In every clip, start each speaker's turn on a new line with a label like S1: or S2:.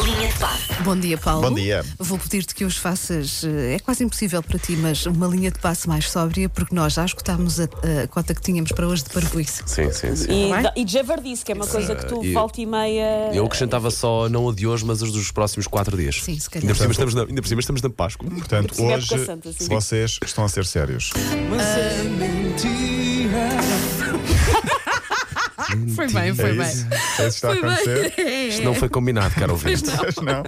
S1: Bom dia, Paulo.
S2: Bom dia.
S1: Vou pedir-te que hoje faças, eh, é quase impossível para ti, mas uma linha de passe mais sóbria, porque nós já escutámos a, a cota que tínhamos para hoje de parvoíce.
S3: Sim, sim, sim.
S4: E,
S1: Não é?
S4: da- e javardice, que é uma coisa que tu
S3: e-
S4: volta e meia.
S3: Eu acrescentava só não a de hoje, mas os dos próximos quatro dias.
S1: Sim, se calhar.
S3: Ainda por cima estamos na, ainda por cima estamos na Páscoa.
S2: Portanto,
S4: Sim, é
S2: hoje
S4: época santa,
S1: assim.
S4: sim.
S2: vocês estão a ser sérios.
S1: Foi bem,
S2: é isso? É isso que está a acontecer?
S3: Isto não foi combinado, quero ouvir.
S2: Mas não.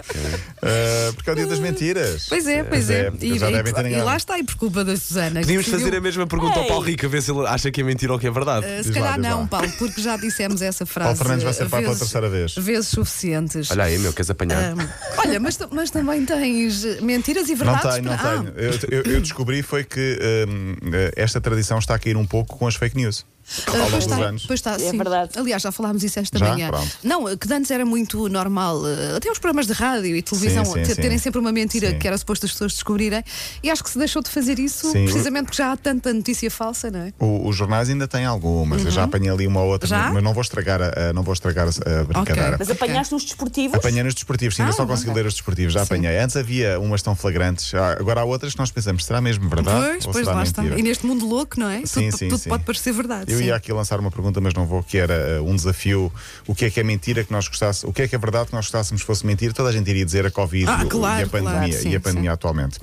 S2: Ah, porque é o dia das mentiras.
S1: Pois é, pois
S2: é,
S1: é.
S2: porque
S1: E,
S2: já devem ter
S1: e- e
S2: enganado.
S1: lá está, e por culpa da Susana. que
S3: Podíamos
S1: decidiu-
S3: fazer a mesma pergunta ao
S4: Ei.
S3: Paulo Rico, a ver se ele acha que é mentira ou que é verdade.
S1: Uh,
S2: Diz
S1: Se
S2: lá,
S1: calhar
S2: diz
S1: não,
S2: lá.
S1: Paulo, porque já dissemos essa frase.
S2: Paulo Fernandes vai
S1: uh,
S2: ser pai pela
S1: vezes-
S2: terceira vez.
S1: Vezes suficientes.
S3: Olha aí, meu, queres apanhar?
S1: Um, olha, mas, ta- mas também tens eh, mentiras e
S2: Não
S1: verdades.
S2: tenho, não
S1: para- Ah,
S2: tenho. Eu, eu- eu descobri foi que hum, esta tradição está a cair um pouco com as fake news ao
S1: Ah,
S2: longo
S1: pois
S2: dos
S1: está,
S2: anos.
S1: pois está,
S4: É
S1: sim.
S4: verdade.
S1: Aliás, já falámos isso esta
S2: Já?
S1: manhã.
S2: Pronto.
S1: Não, eh, que antes era muito normal, eh, até os programas de rádio e televisão
S2: Sim, sim,
S1: te-
S2: sim.
S1: terem sempre uma mentira
S2: Sim.
S1: que era suposto as pessoas descobrirem. E acho que se deixou de fazer isso
S2: Sim.
S1: precisamente porque já há tanta notícia falsa, não é?
S2: O- os jornais ainda têm algumas, eu já apanhei ali uma ou outra,
S1: Uhum. Já?
S2: mas não vou estragar a, a- não vou estragar a, a brincadeira.
S1: Ok. é
S4: Mas apanhaste uns desportivos.
S2: Apanhei nos desportivos, sim, ainda
S1: Ah,
S2: só consegui
S1: ok.
S2: ler os desportivos, já apanhei. Antes havia umas tão flagrantes, ah, agora há outras que nós pensamos, será mesmo verdade?
S1: pois,
S2: ou
S1: pois
S2: será
S1: lá
S2: mentira?
S1: está. E neste mundo louco, não é?
S2: Sim,
S1: tudo
S2: sim,
S1: tudo
S2: sim.
S1: pode parecer verdade.
S2: Eu
S1: sim.
S2: ia aqui lançar uma pergunta, mas não vou, que era uh, um desafio. O que é que é mentira que nós gostássemos? O que é que é verdade que nós gostássemos que fosse mentira? Toda a gente iria dizer a Covid
S1: Ah,
S2: e o-
S1: claro,
S2: e a pandemia,
S1: claro, sim, Uhum.
S2: e a pandemia atualmente.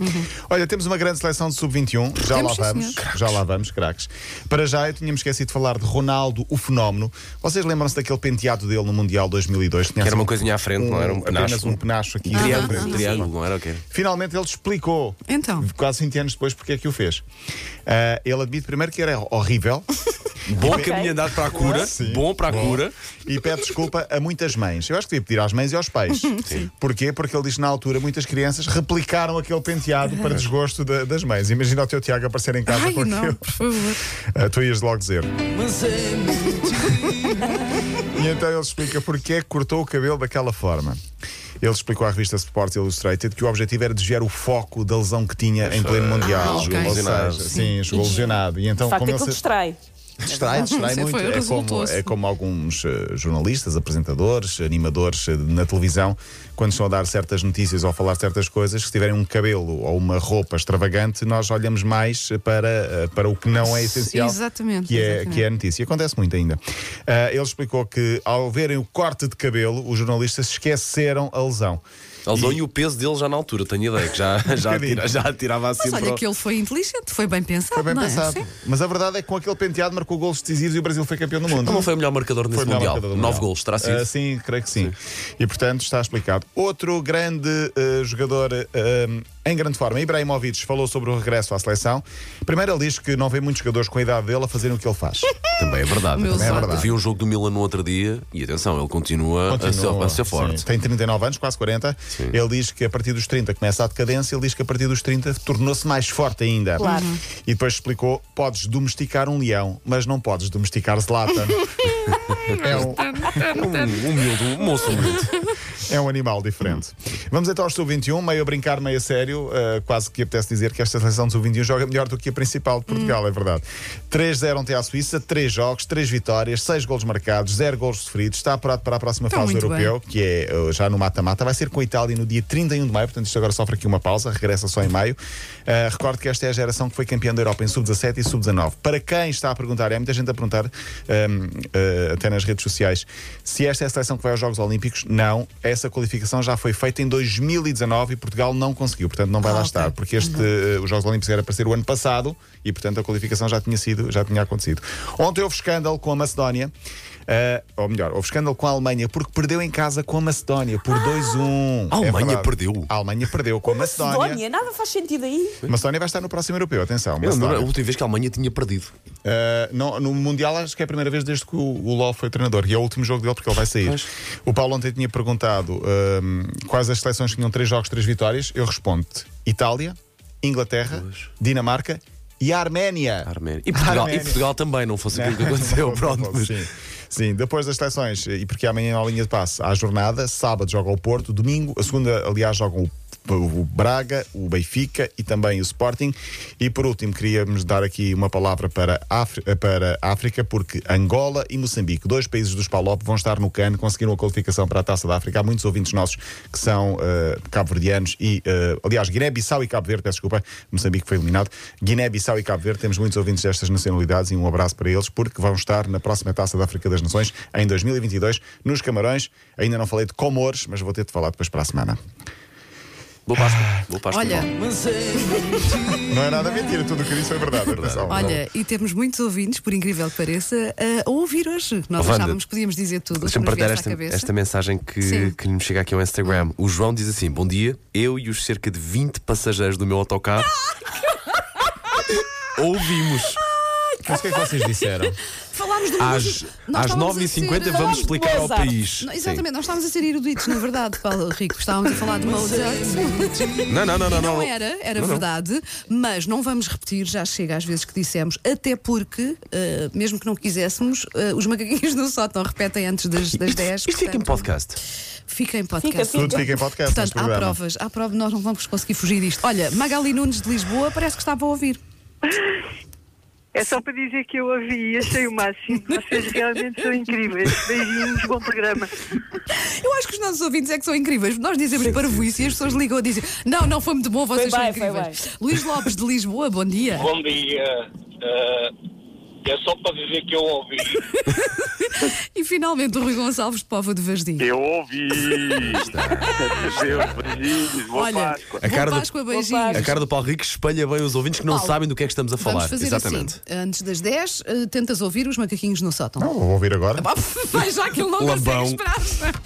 S2: Olha, temos uma grande seleção de sub-21, já
S1: Temos, sim,
S2: lá vamos,
S1: senhor.
S2: já lá vamos, craques. Para já, eu tinha-me esquecido de falar de Ronaldo, o fenómeno. Vocês lembram-se daquele penteado dele no Mundial 2002? Tinha
S3: Que era
S2: assim
S3: uma coisinha à frente, não era um
S2: Apenas
S3: penacho.
S2: um penacho aqui.
S3: Triângulo, um
S2: à frente.
S3: triângulo, não era o quê?
S2: Finalmente ele explicou,
S1: Ah, Então.
S2: quase 20 anos depois, porque é que o fez. Ah, ele admite primeiro que era horrível.
S3: Bom
S4: Ok.
S3: caminho andado para a cura,
S2: Sim.
S3: bom para a cura.
S2: É. e pede desculpa a muitas mães. Eu acho que devia pedir às mães e aos pais. Porquê? Porque ele diz que na altura muitas crianças replicaram aquele penteado para desgosto da- das mães. Imagina o teu Tiago aparecer em casa
S1: Ai,
S2: com
S1: não,
S2: aquilo. é
S1: por favor.
S2: Ah, tu ias logo dizer. E então ele explica porque é que cortou o cabelo daquela forma. Ele explicou à revista Sports Illustrated que o objetivo era desviar o foco da lesão que tinha em pleno Mundial.
S1: ok.
S2: Ou
S3: Lesionado.
S2: seja, sim, jogou lesionado. E então,
S4: De facto, é
S2: como
S4: aquilo
S2: ele se-
S4: distrai.
S2: É Distrai, distrai
S1: Sim,
S2: muito.
S1: foi,
S2: é, como,
S1: resultou-se.
S2: é como alguns eh, jornalistas, apresentadores, animadores eh, na televisão, quando estão a dar certas notícias ou a falar certas coisas, se tiverem um cabelo ou uma roupa extravagante, nós olhamos mais eh, para, eh, para o que não é essencial.
S1: Exatamente,
S2: Que é,
S1: exatamente.
S2: que é a notícia. Acontece muito ainda. Ah, ele explicou que ao verem o corte de cabelo, os jornalistas esqueceram a lesão.
S3: A lesão e o peso dele já na altura, tenho ideia, que já, já,
S2: Um bocadinho.
S3: atira- já atirava assim
S1: Mas olha
S3: para o-
S1: que ele foi inteligente, foi bem pensado.
S2: Foi bem
S1: não é?
S2: pensado.
S1: Sim.
S2: Mas a verdade é que com aquele penteado marcou golos decisivos e o Brasil foi campeão do mundo.
S3: Então não foi o melhor marcador nesse
S2: Foi o melhor
S3: Mundial.
S2: marcador do
S3: Nove
S2: Mundial.
S3: gols, terá sido.
S2: Ah, sim, creio que sim. E portanto está explicado. Outro grande ah, jogador ah, em grande forma, Ibrahimovic, falou sobre o regresso à seleção. Primeiro ele diz que não vê muitos jogadores com a idade dele a fazerem o que ele faz.
S3: Também é verdade.
S1: Meus
S3: também é
S1: olhos.
S3: verdade. Vi um jogo do Milan no outro dia e atenção, ele continua, a ser-
S2: Continua,
S3: a ser forte.
S2: sim. Tem 39 anos, quase 40. Ele diz que a partir dos 30 começa a decadência. Ele diz que a partir dos 30 tornou-se mais forte ainda. Uhum.
S4: Claro.
S2: E depois explicou: podes domesticar um leão, mas não podes domesticar Zlatan. é, um,
S3: Um humilde, um moço humilde.
S2: É um animal diferente. Vamos então ao Sub-21, meio a brincar, meio a sério. uh, quase que apetece dizer que esta seleção do Sub-21 joga melhor do que a principal de Portugal, é verdade. 3-0 ontem à Suíça, 3 jogos, 3 vitórias, 6 golos marcados, 0 golos sofridos. Está apurado para a próxima
S1: Está
S2: fase do
S1: muito bem.
S2: europeu, que é uh, já no mata-mata. Vai ser com a Itália no dia 31 de maio, portanto isto agora sofre aqui uma pausa, regressa só em maio. Uh, recordo que esta é a geração que foi campeã da Europa em Sub-17 e Sub-19. Para quem está a perguntar, e há muita gente a perguntar, um, uh, até nas redes sociais, se esta é a seleção que vai aos Jogos Olímpicos, não. Essa qualificação já foi feita em 2019 e Portugal não conseguiu, portanto não vai
S1: Ah,
S2: lá
S1: ok.
S2: estar, porque este, uh, os Jogos Olímpicos era para ser o ano passado e, portanto, a qualificação já tinha sido, já tinha acontecido. Ontem houve escândalo com a Macedónia, uh, ou melhor, houve escândalo com a Alemanha, porque perdeu em casa com a Macedónia por 2-1.
S3: A Alemanha
S2: É verdade.
S3: perdeu?
S2: A Alemanha perdeu Ah! com a Macedónia.
S4: Macedónia, nada faz sentido aí.
S2: Macedónia vai estar no próximo europeu, atenção.
S3: Eu lembro, a
S2: Macedónia.
S3: última vez que a Alemanha tinha perdido.
S2: Uh, não, no Mundial acho que é a primeira vez desde que o, o Ló foi treinador e é o último jogo dele porque ele vai sair.
S3: Pois.
S2: O Paulo ontem tinha perguntado um, quais as seleções que tinham três jogos, três vitórias. Eu respondo Itália, Inglaterra, Dinamarca e a Arménia.
S3: Arménia. E Portugal,
S2: Arménia.
S3: e Portugal também, não fosse aquilo que
S2: Não,
S3: aconteceu.
S2: não,
S3: Pronto,
S2: não,
S3: mas
S2: Sim. Sim, depois das seleções, e porque amanhã na linha de passe há a jornada, sábado joga o Porto, domingo, a segunda, aliás, jogam o o Braga, o Benfica e também o Sporting. E por último, queríamos dar aqui uma palavra para, Áfri- eh, para a África, porque Angola e Moçambique, dois países dos Palop, vão estar no CAN, conseguiram a qualificação para a Taça da África. Há muitos ouvintes nossos que são eh, cabo-verdianos e, eh, aliás, Guiné-Bissau e Cabo Verde, peço desculpa, Moçambique foi eliminado. Guiné-Bissau e Cabo Verde, temos muitos ouvintes destas nacionalidades e um abraço para eles, porque vão estar na próxima Taça da África das Nações em 2022, nos Camarões. Ainda não falei de Comores, mas vou ter de falar depois para a semana.
S3: Boa Páscoa. Boa Páscoa.
S1: Ah. Olha,
S3: Paulo.
S2: Não é nada mentira, tudo o que disse foi É verdade. Atenção.
S5: É
S1: Olha, e temos muitos ouvintes, por incrível que pareça, a ouvir hoje. Nós
S5: Oh, Wanda,
S1: achávamos que podíamos dizer tudo. o que
S5: Deixa-me
S1: nos
S5: partilhar
S1: viesse à
S5: esta,
S1: cabeça.
S5: esta mensagem
S1: Sim.
S5: que, que me chega aqui ao Instagram. O João diz assim: Bom dia, eu e os cerca de 20 passageiros do meu autocarro ouvimos
S2: Mas o que é que vocês disseram?
S4: Falámos de
S5: às, às
S1: Nós estávamos a
S5: 9h50
S1: ser-
S5: vamos
S4: Falámos de
S5: explicar ao
S4: Mozart.
S5: país.
S1: Não, exatamente, nós estávamos a ser eruditos, na verdade, Paulo Rico. Estávamos a falar de Mozart.
S5: Sim. Não, não, não, não.
S1: Não,
S5: não.
S1: era, era
S5: Não, não.
S1: verdade, mas não vamos repetir, já chega às vezes que dissemos, até porque, eh, mesmo que não quiséssemos, eh, os macaquinhos do sótão repetem antes das, das
S5: Isto- é
S1: 10.
S5: Isto fica em
S1: portanto,
S5: um podcast.
S1: fica em podcast.
S4: Fica, fica.
S2: Tudo fica em podcast neste
S1: Portanto, há
S2: programa.
S1: provas, há provas, nós não vamos conseguir fugir disto. Olha, Magali Nunes de Lisboa parece que estava a ouvir.
S6: É só para dizer que eu ouvi e achei o máximo. Vocês realmente são incríveis. Beijinhos, bom programa.
S1: Eu acho que os nossos ouvintes é que são incríveis. Nós dizemos para e as pessoas ligam e dizem: Não, não foi muito bom, vocês
S4: Foi
S1: são
S4: bem, foi
S1: incríveis. Luís Lopes de Lisboa, bom dia.
S7: Bom dia. Eh, é só para dizer que eu ouvi.
S1: E finalmente o Rui Gonçalves de Povo de Vasdim.
S8: Eu ouvi! Deus, beijinhos, boa
S1: Olha,
S8: Páscoa!
S5: A cara,
S1: boa
S5: do,
S1: Páscoa,
S5: a
S1: beijinhos.
S5: cara do Paulo Rico espelha bem os ouvintes que não
S1: Paulo,
S5: sabem do que é que estamos a falar.
S1: Vamos fazer
S5: Exatamente.
S1: assim. Antes das 10, eh, tentas ouvir os macaquinhos no sótão.
S2: Não, vou ouvir agora.
S1: Ah, Vai já que ele não consegue
S5: Lambão.
S1: esperar.